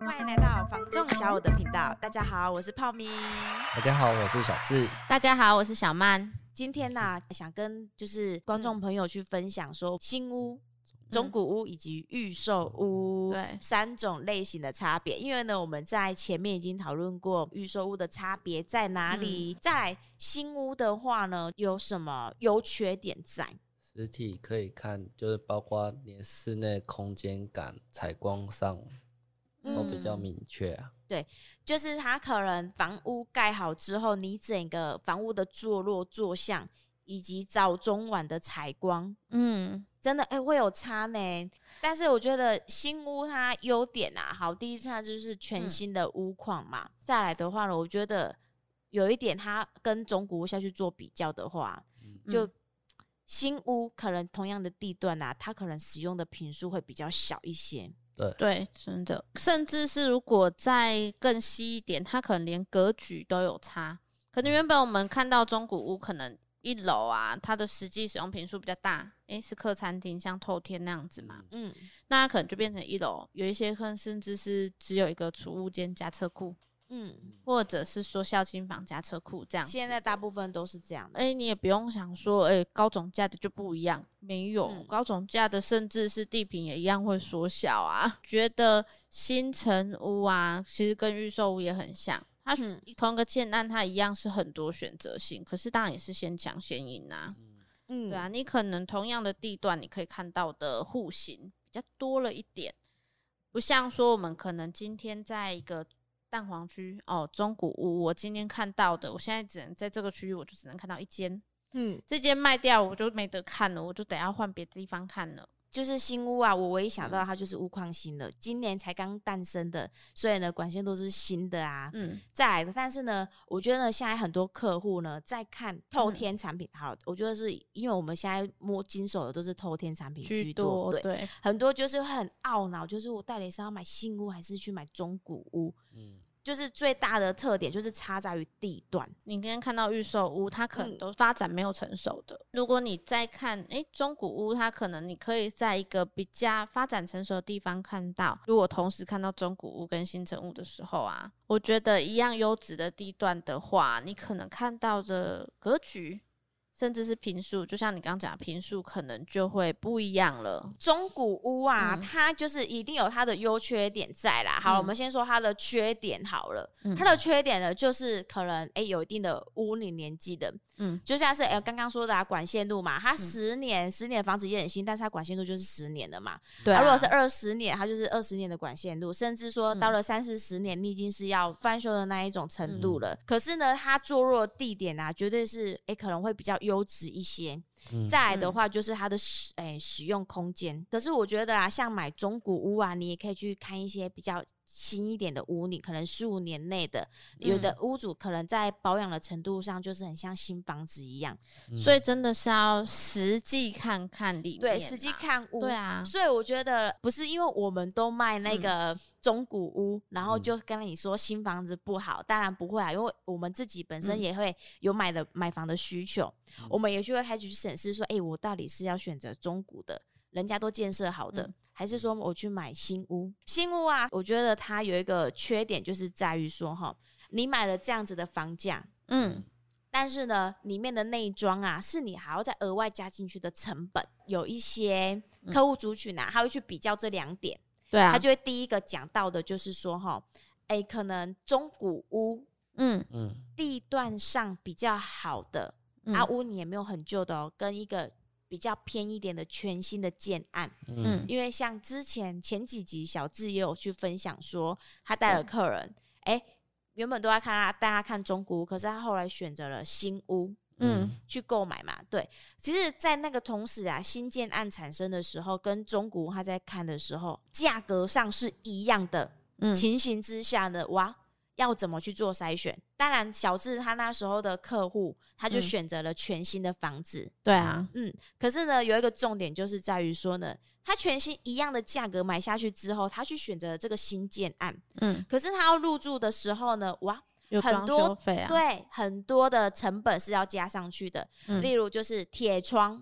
欢迎来到房仲小五的频道，大家好，我是泡咪。大家好，我是小智。大家好，我是小曼。今天呢、想跟就是观众朋友去分享说新屋。中古屋以及预售屋、对三种类型的差别，因为呢，我们在前面已经讨论过预售屋的差别在哪里。再来，新屋的话呢，有什么优缺点在？实体可以看，就是包括你的室内空间感、采光上嗯都哦比较明确啊。就是它可能房屋盖好之后，你整个房屋的坐落、坐向以及早中晚的采光，嗯，真的哎、会有差呢。但是我觉得新屋它优点啊，好，第一它就是全新的屋况嘛。再来的话呢，我觉得有一点它跟中古屋下去做比较的话，就嗯新屋可能同样的地段啊，它可能使用的频数会比较小一些。对，真的，甚至是如果再更细一点，它可能连格局都有差。可能原本我们看到中古屋，可能一楼啊，它的实际使用频数比较大，诶，是客餐厅，像透天那样子嘛，嗯，那它可能就变成一楼，有一些可能甚至是只有一个储物间加车库，嗯，或者是说孝亲房加车库这样子。现在大部分都是这样的。哎、你也不用想说，哎、高总价的就不一样，没有、嗯高总价的，甚至是地坪也一样会缩小啊。觉得新城屋啊，其实跟预售屋也很像，它嗯同一个建案，它一样是很多选择性，可是当然也是先抢先赢啊。嗯对啊，你可能同样的地段，你可以看到的户型比较多了一点，不像说我们可能今天在一个蛋黄区哦，中古屋，我今天看到的，我现在只能在这个区域，我就只能看到一间，嗯，这间卖掉我就没得看了，我就等下换别的地方看了。就是新屋啊，我唯一想到它就是屋况新的，今年才刚诞生的，所以呢，管线都是新的啊。嗯，再来的，但是呢，我觉得呢，现在很多客户呢在看透天产品，好，我觉得是因为我们现在摸经手的都是透天产品居多，对，对，很多就是会很懊恼，就是我到底是要买新屋还是去买中古屋？嗯，就是最大的特点就是差在于地段，你今天看到预售屋，它可嗯能都发展没有成熟的。如果你再看，诶、中古屋，它可能你可以在一个比较发展成熟的地方看到。如果同时看到中古屋跟新城屋的时候啊，我觉得一样优质的地段的话，你可能看到的格局，甚至是平数，就像你刚刚讲的，平数可能就会不一样了。中古屋啊，嗯它就是一定有它的优缺点在啦。好，嗯我们先说它的缺点好了。嗯它的缺点呢，就是可能诶有一定的屋龄年纪的，嗯就像是诶刚刚说的、啊、管线路嘛，它十年、十年房子也很新，但是它管线路就是十年了嘛。对它啊、如果是二十年，它就是二十年的管线路，甚至说嗯到了三四十年，你已经是要翻修的那一种程度嗯了。可是呢，它坐落的地点啊，绝对是诶可能会比较优质一些。嗯再来的话就是它的使诶、使用空间。可是我觉得啊，像买中古屋啊，你也可以去看一些比较新一点的屋，你可能十五年内的，有嗯的屋主可能在保养的程度上就是很像新房子一样。所以真的是要实际看看里面，对，实际，看屋。对啊，嗯所以我觉得不是因为我们都卖那个中古屋，然后嗯就跟你说新房子不好，当然不会啊，因为我们自己本身嗯也会有买的买房的需求，我们也就会开始去审视说，哎、我到底是要选择中古的，人家都建设好的。嗯还是说我去买新屋？新屋啊，我觉得它有一个缺点，就是在于说哈，你买了这样子的房价，嗯但是呢，里面的内装啊，是你还要再额外加进去的成本。有一些客户族群啊，他会去比较这两点，嗯对啊他，嗯就会第一个讲到的就是说，哈，哎，可能中古屋嗯嗯，地段上比较好的，嗯啊，屋你也没有很旧的哦，跟一个比较偏一点的全新的建案，嗯因为像之前前几集小智也有去分享说，他带了客人，哎，原本都在看他带他看中古屋，可是他后来选择了新屋。嗯去购买嘛。对，其实，在那个同时啊，新建案产生的时候，跟中古他在看的时候，价格上是一样的嗯情形之下呢，哇，要怎么去做筛选？当然，小智他那时候的客户，他就嗯选择了全新的房子。对啊，嗯可是呢，有一个重点就是在于说呢，他全新一样的价格买下去之后，他去选择了这个新建案，嗯，可是他要入住的时候呢，哇，有很装多修费啊，对，很多的成本是要加上去的，嗯例如就是铁窗，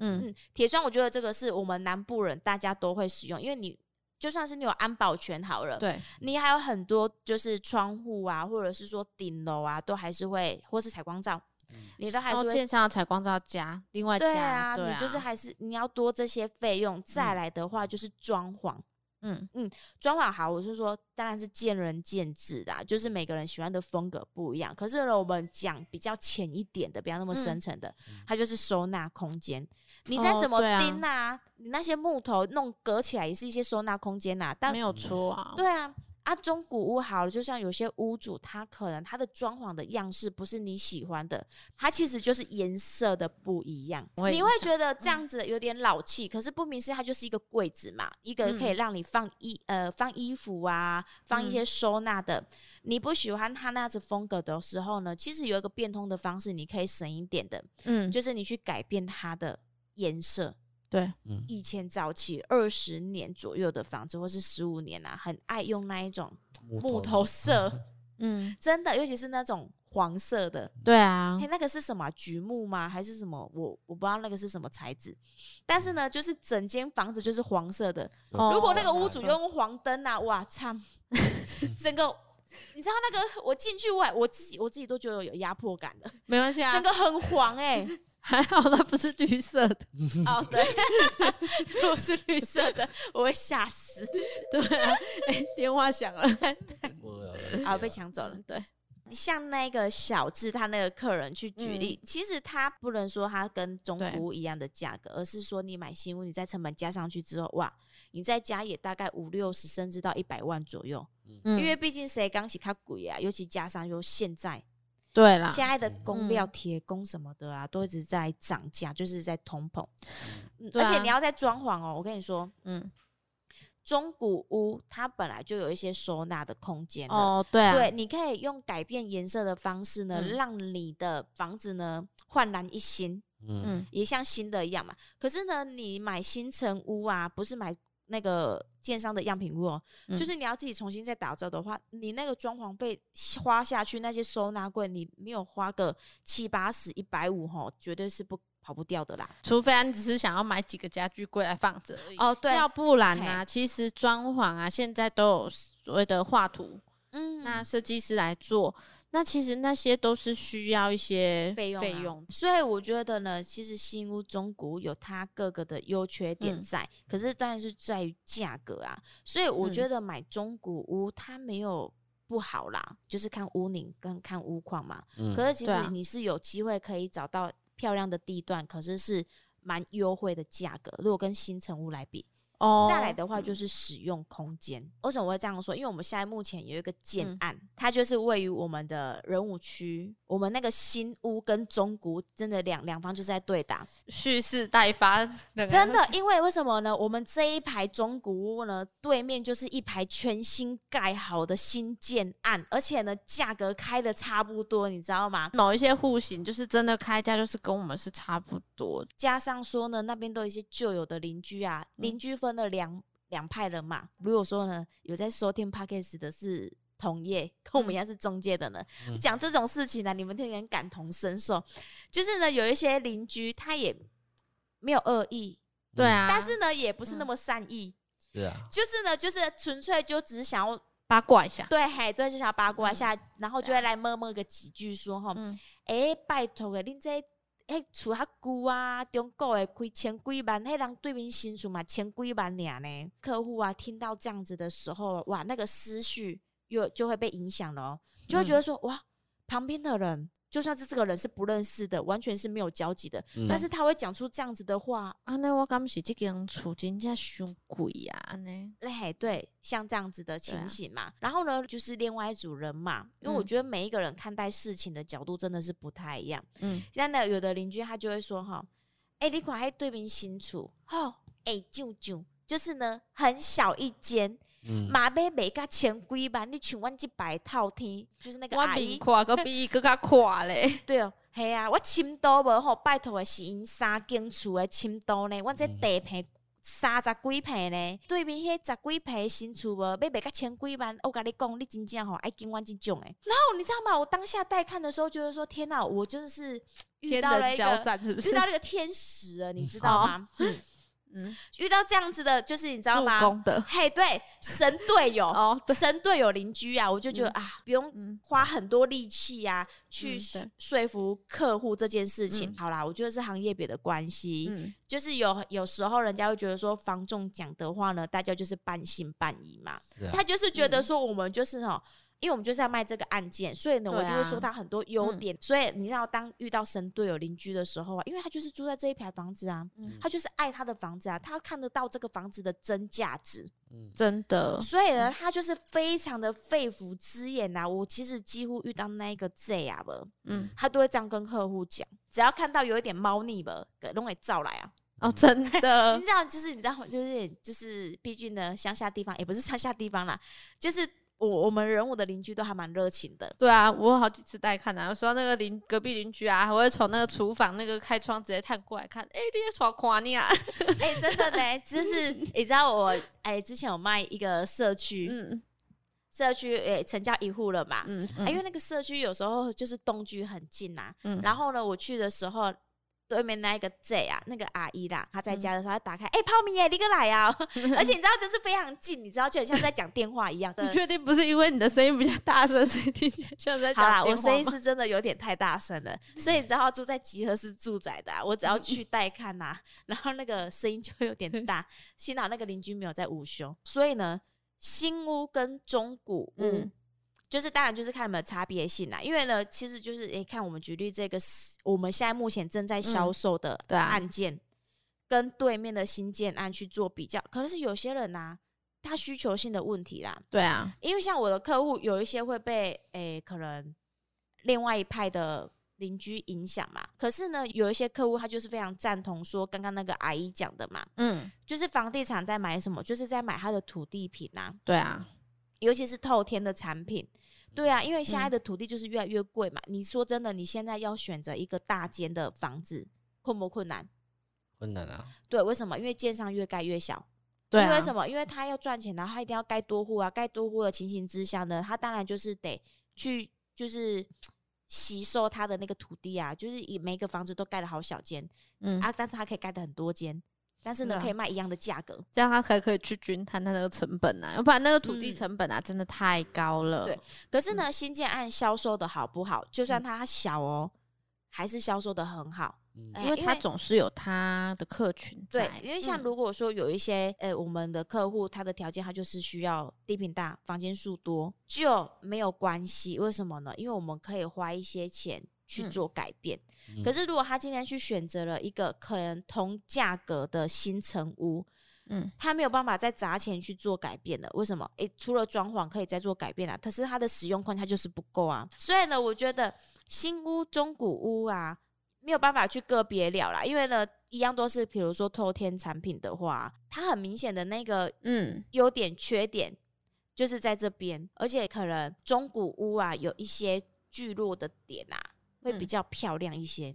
嗯嗯，铁窗我觉得这个是我们南部人大家都会使用，因为你就算是你有安保权好了，对，你还有很多就是窗户啊，或者是说顶楼啊，都还是会，或是采光罩，你都还是然后会。嗯哦建商的采光照加，另外加，对对啊，啊，你就是还是你要多这些费用，再来的话就是装潢，嗯装潢好，我是说当然是见仁见智啦，就是每个人喜欢的风格不一样。可是呢，我们讲比较浅一点的，不要那么嗯深层的，它就是收纳空间。你再哦怎么对啊钉啊，你那些木头弄隔起来也是一些收纳空间呐、但没有出啊，对啊，啊，中古屋好了，就像有些屋主他可能他的装潢的样式不是你喜欢的，它其实就是颜色的不一样，会你影会响觉得这样子有点老气。可是不明是它就是一个柜子嘛，一个可以让你放衣、呃放衣服啊，放一些收纳的。你不喜欢它那样子风格的时候呢，其实有一个变通的方式，你可以省一点的，嗯，就是你去改变它的颜色。对，嗯，以前早期二十年左右的房子，或是十五年啊，很爱用那一种木头色，嗯，真的，尤其是那种黄色的。对啊哎、，那个是什么啊、橘木吗？还是什么？我我不知道那个是什么材质。但是呢，就是整间房子就是黄色的。哦如果那个屋主用黄灯啊，哇操！ 整个你知道那个我进去我还我自己我自己都觉得有压迫感的，没关系啊整，个很黄哎、还好它不是绿色的， 哦，对， 如果是绿色的，我会吓 死。对啊，哎，电话响 了，我有了解啊，了被抢走了。对，像那个小智他那个客人去举例，其实他不能说他跟中嗯对古屋一样的价格，而是说你买新屋，你在成本加上去之后，哇，你再加也大概五六十甚至到一百万左右，嗯，因为毕竟谁刚起看贵啊，尤其加上又现在、对啦，现在的嗯工料、啊嗯铁工什么的啊，都一直在涨价，就是在通膨，嗯对而且啊你要在装潢哦，我跟你说。嗯，中古屋它本来就有一些收纳的空间了哦，对啊，对，你可以用改变颜色的方式呢，嗯让你的房子呢焕然一新，嗯，嗯，也像新的一样嘛。可是呢，你买新城屋啊，不是买那个建商的样品屋哦，嗯就是你要自己重新再打造的话，你那个装潢费花下去，那些收纳柜你没有花个七八十、一百五吼，绝对是不跑不掉的啦。除非啊，你只是想要买几个家具柜来放着而已。哦，对要不然呢、嘿其实装潢啊，现在都有所谓的画图，嗯，那设计师来做，那其实那些都是需要一些费用、啊、费用。所以我觉得呢，其实新屋、中古屋有它各个的优缺点嗯在，可是当然是在于价格啊。所以我嗯觉得买中古屋它没有不好啦，就是看屋龄跟看屋况嘛。嗯可是其对啊实你是有机会可以找到漂亮的地段，可是是蛮优惠的价格，如果跟新城屋来比。哦再来的话就是使用空间。嗯为什么我会这样说？因为我们现在目前有一个建嗯案，它就是位于我们的仁武区，我们那个新屋跟中古真的两两方就是在对打，蓄势待发，真真 的。因为为什么呢？我们这一排中古屋呢，对面就是一排全新盖好的新建案，而且呢价格开的差不多，你知道吗？某一些户型就是真的开价就是跟我们是差不多的，加上说呢，那边都有一些旧有的邻居啊，嗯邻居分了两两派人嘛。如果说呢，有在收听 podcast 的是同业，跟我们一样是中介的呢，嗯讲这种事情呢、你们天天感同身受。就是呢，有一些邻居他也没有恶意，对啊，但是呢，也不是那么善意，是啊，就是呢，就是纯粹就只是想要八卦一下，对，嘿，对，就想要八卦一下，然后就对啊会来摸摸个几句说哈，嗯，诶、拜托诶，恁这迄厝较旧啊，中国诶开千几万，迄人对面新厝嘛千几万尔呢。客户啊，听到这样子的时候，哇，那个思绪又就会被影响了、哦，就会觉得说，嗯哇，旁边的人。就算是这个人是不认识的，完全是没有交集的，嗯但是他会讲出这样子的话，啊，那我感觉这间厝真正伤贵啊，呢，哎，对，像这样子的啊情形嘛。然后呢，就是另外一组人嘛，因为我嗯觉得每一个人看待事情的角度真的是不太一样。嗯，现在呢，有的邻居他就会说哈，哎、你看还对面新厝，吼、哎舅舅，就是呢很小一间，嗯，马尾卖甲千几万，你像阮即摆套厅，就是那个我阿面姨，跨个比伊更加跨嘞，对哦，系啊，我深度无吼，拜托的是因三间厝的深度呢，阮这嗯地皮。三十几平呢，对面迄十几平的新厝无，要卖甲千几万，我甲你讲，你真正吼爱跟阮即种诶。然后你知道吗？我当下带看的时候，觉得说天哪、我真的是 遇天到了人一交个战是不遇是到？了一个天使了，你知道吗？嗯嗯， 遇到这样子的，就是你知道助吗？攻的嘿，对，神队友， 哦，对，神队友邻居啊，我就觉得、嗯啊，不用嗯，花很多力气呀、去嗯说、对说服客户这件事情。嗯好啦，我觉得是行业别的关系，嗯，就是有有时候人家会觉得说房仲讲的话呢，大家就是半信半疑嘛。是啊他就是觉得嗯说我们就是哦。因为我们就是要卖这个案件，所以呢，我对就会啊说他很多优点。所以你知道，当遇到神队友邻居的时候啊，因为他就是住在这一排房子啊，嗯他就是爱他的房子啊，他看得到这个房子的真价值。嗯，真的，所以呢，他就是非常的肺腑之言呐、我其实几乎遇到那一个 Z 啊吧，嗯，他都会这样跟客户讲，只要看到有一点猫腻吧，给弄给照来啊。哦，真的你，知道，就是你知道，就是就是，毕竟呢，乡下地方也不是乡下地方啦，就是我我们人物的邻居都还蛮热情的。 对啊，我有好几次带看啊，有时候那个邻隔壁邻居啊，还会从那个厨房那个开窗直接探过来看，哎、你在床看你啊， 哎、真的呢， 就是你知道我哎、之前有卖一个社区，嗯社区哎、成交一户了嘛，嗯，啊嗯因为那个社区有时候就是东居很近啊，嗯然后呢，我去的时候，对面那一个 Z 啊，那个阿姨啦，她在家的时候，她打开，哎、泡米耶，你个来啊！ 而且你知道，这是非常近，你知道，就很像在讲电话一 样你的。确定不是因为你的声音比较大声，所以听起来像在好讲啦，我电话声音吗是真的有点太大声了，所以你知道住在集合式住宅的啊、我只要去带看呐、 然后那个声音就有点大。幸好那个邻居没有在午休，所以呢，新屋跟中古屋、嗯就是当然就是看有没有差别性啦，因为呢，其实就是诶、看我们举例这个是我们现在目前正在销售的嗯对啊案件，跟对面的新建案去做比较，可能是有些人呐、他需求性的问题啦，对啊，因为像我的客户有一些会被诶、可能另外一派的邻居影响嘛，可是呢，有一些客户他就是非常赞同说刚刚那个阿姨讲的嘛，嗯，就是房地产在买什么，就是在买他的土地品啊，对啊，尤其是透天的产品。对啊，因为现在的土地就是越来越贵嘛。你说真的，你现在要选择一个大间的房子，困不困难？困难啊，对，为什么？因为建商越盖越小。对因啊，为什么？因为他要赚钱，然后他一定要盖多户啊。盖多户的情形之下呢，他当然就是得去就是吸收他的那个土地啊，就是以每个房子都盖的好小间嗯，啊，但是他可以盖的很多间，但是对呢啊可以卖一样的价格。这样他才可以去均摊他那个成本啊，要不然那个土地嗯成本啊，真的太高了。对可是呢，新建案销售的好不好，就算嗯它小哦，还是销售的很好。嗯，哎因为因他为总是有他的客群对在，，因为像嗯如果说有一些呃，我们的客户他的条件他就是需要低频大、房间数多，就没有关系。为什么呢？因为我们可以花一些钱去嗯做改变。嗯可是如果他今天去选择了一个可能同价格的新城屋，嗯他没有办法再砸钱去做改变了。为什么？诶，除了装潢可以再做改变啊，可是它的使用空间它就是不够啊。所以呢，我觉得新屋、中古屋啊，没有办法去个别了啦，因为呢，一样都是比如说透天产品的话，它很明显的那个嗯优点、缺点就是在这边，而且可能中古屋啊有一些聚落的点啊，会比嗯较漂亮一些。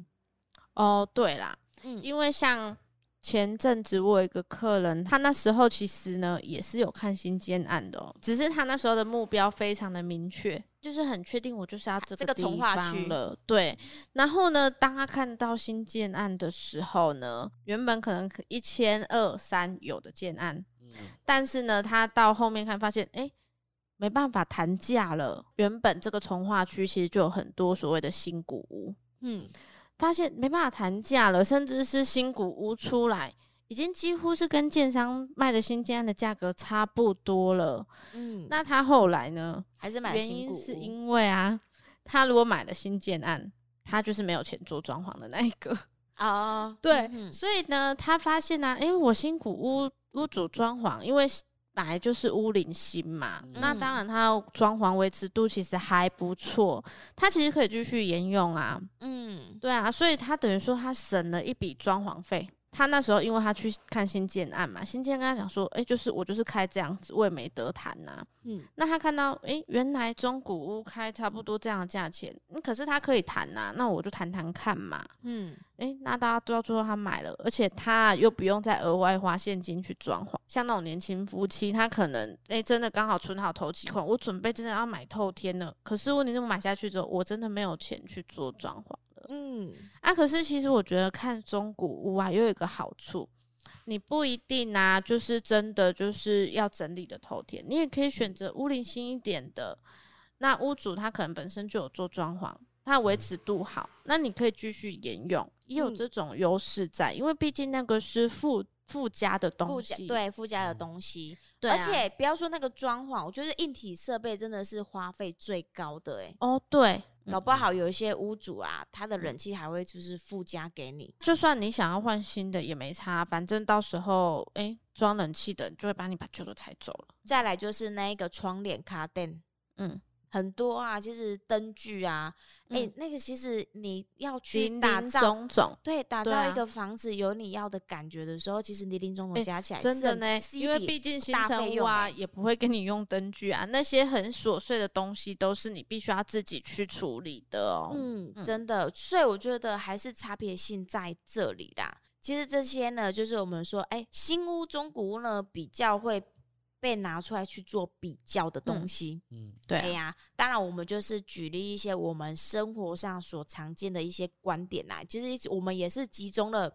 哦对啦，嗯因为像前阵子我有一个客人，他那时候其实呢也是有看新建案的、哦，只是他那时候的目标非常的明确，就是很确定我就是要这这个个地从化方区了。对，然后呢，当他看到新建案的时候呢，原本可能一千二三有的建案，嗯但是呢，他到后面看发现，哎、没办法谈价了。原本这个从化区其实就有很多所谓的新古屋，嗯，发现没办法谈价了，甚至是新古屋出来，已经几乎是跟建商卖的新建案的价格差不多了。嗯那他后来呢？还是买原新因古是屋因为啊，他如果买了新建案，他就是没有钱做装潢的那一个。 啊，对，嗯所以呢，他发现呢、啊，诶，我新古屋屋主装潢，因为是本来就是屋龄新嘛，那嗯当然它的装潢维持度其实还不错，它其实可以继续沿用啊，嗯对啊，所以他等于说他省了一笔装潢费。他那时候因为他去看新建案嘛，新建跟他讲说，诶，就是我就是开这样子，我也没得谈呐、嗯那他看到，诶，原来中古屋开差不多这样的价钱，嗯可是他可以谈呐、那我就谈谈看嘛。嗯，诶，那大家都要最后他买了，而且他又不用再额外花现金去装潢。像那种年轻夫妻，他可能诶真的刚好存好头期款，我准备真的要买透天了，可是问题是我买下去之后，我真的没有钱去做装潢了。嗯，啊，可是其实我觉得看中古屋啊，又有一个好处，你不一定啊，就是真的就是要整理的头天，你也可以选择屋龄新一点的。那屋主他可能本身就有做装潢，他维持度好，那你可以继续沿用，也有嗯这种优势在，因为毕竟那个是附附加的附东加西，对附加的嗯东西，对啊、而且不要说那个装潢，我觉得硬体设备真的是花费最高的哎、哦对，搞不嗯好有一些屋主啊，他的冷气还会就是附加给你，就算你想要换新的也没差，反正到时候诶装冷气的就会把你把旧的拆走了，再来就是那一个窗帘卡垫，嗯。很多啊，其实灯具啊，哎、嗯那个其实你要去林打林造，总总，对，打对造一啊个房子有你要的感觉的时候，其实零零总总哎加起来、真的呢，是一因为笔毕竟新大城费屋用啊，欸也不会给你用灯具啊，那些很琐碎的东西都是你必须要自己去处理的哦。嗯嗯，真的，所以我觉得还是差别性在这里啦。其实这些呢，就是我们说，哎、新屋、中古屋呢，比较会被拿出来去做比较的东嗯西。嗯，对哎啊，呀、当然我们就是举例一些我们生活上所常见的一些观点啦。其实我们也是集中了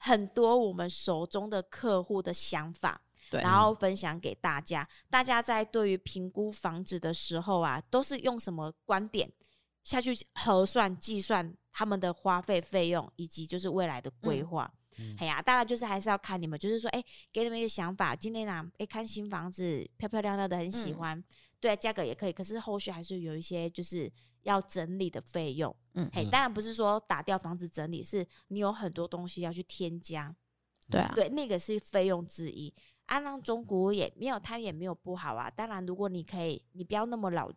很多我们手中的客户的想法，对然后分享给大家。大家在对于评估房子的时候啊，都是用什么观点下去核算计算他们的花费费用，以及就是未来的规划。嗯哎呀，当然就是还是要看你们，就是说，哎、给你们一个想法。今天啊，哎、看新房子漂漂亮亮的，很喜嗯欢，对，价格也可以。可是后续还是有一些就是要整理的费用。嗯嘿，嗯当然不是说打掉房子整理，是你有很多东西要去添加。对啊，对，那个是费用之一。啊，那中古屋也没有，它也没有不好啊。当然，如果你可以，你不要那么老，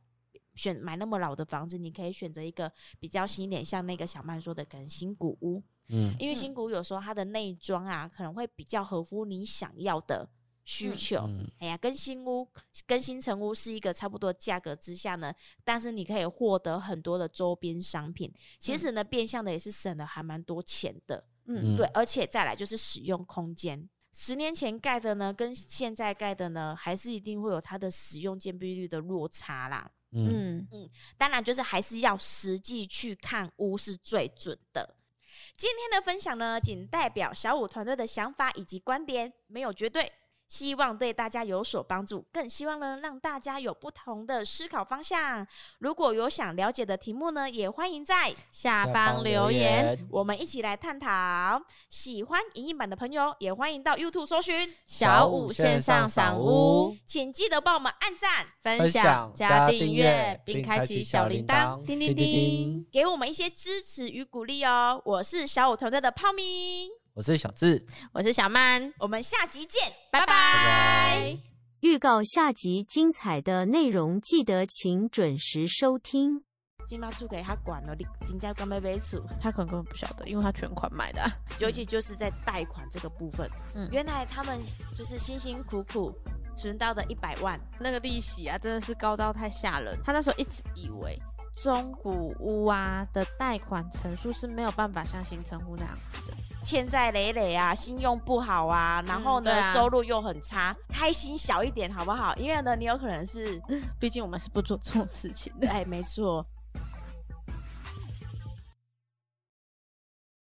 选买那么老的房子，你可以选择一个比较新一点，像那个小曼说的，可能新古屋，嗯因为嗯新古屋有时候它的内装啊，可能会比较合乎你想要的需嗯求。嗯哎呀，跟新屋、跟新城屋是一个差不多价格之下呢，但是你可以获得很多的周边商品，其嗯实呢，变相的也是省了还蛮多钱的。嗯对，而且再来就是使用空间。十年前盖的呢，跟现在盖的呢，还是一定会有它的使用建蔽率的落差啦。嗯嗯，当然，就是还是要实际去看屋是最准的。今天的分享呢，仅代表小五团队的想法以及观点，没有绝对，希望对大家有所帮助，更希望呢让大家有不同的思考方向。如果有想了解的题目呢，也欢迎在下方留言，，我们一起来探讨。喜欢影音版的朋友，也欢迎到 YouTube 搜寻，小五线上赏屋，请记得帮我们按赞，分分享享加加订订阅阅，，并并开开启启小小铃铃铛，铛，叮叮叮叮叮叮。。给我们一些支持与鼓励哦。我是小五团队的泡咪，我是小智，我是小曼，我们下集见，拜拜拜拜。预告下集精彩的内容，记得请准时收听。金妈出给他管了，你金家干杯杯处，他可能根本不晓得，因为他全款买的啊、尤其就是在贷款这个部分，嗯原来他们就是辛辛苦苦存到的一百万，那个利息啊，真的是高到太吓人。他那时候一直以为中古屋啊的贷款成数是没有办法像新城屋那样子的。欠债累累啊，信用不好啊，然后呢、对啊收入又很差，开心小一点好不好？因为呢，你有可能是毕竟我们是不做这种事情的。哎，没错，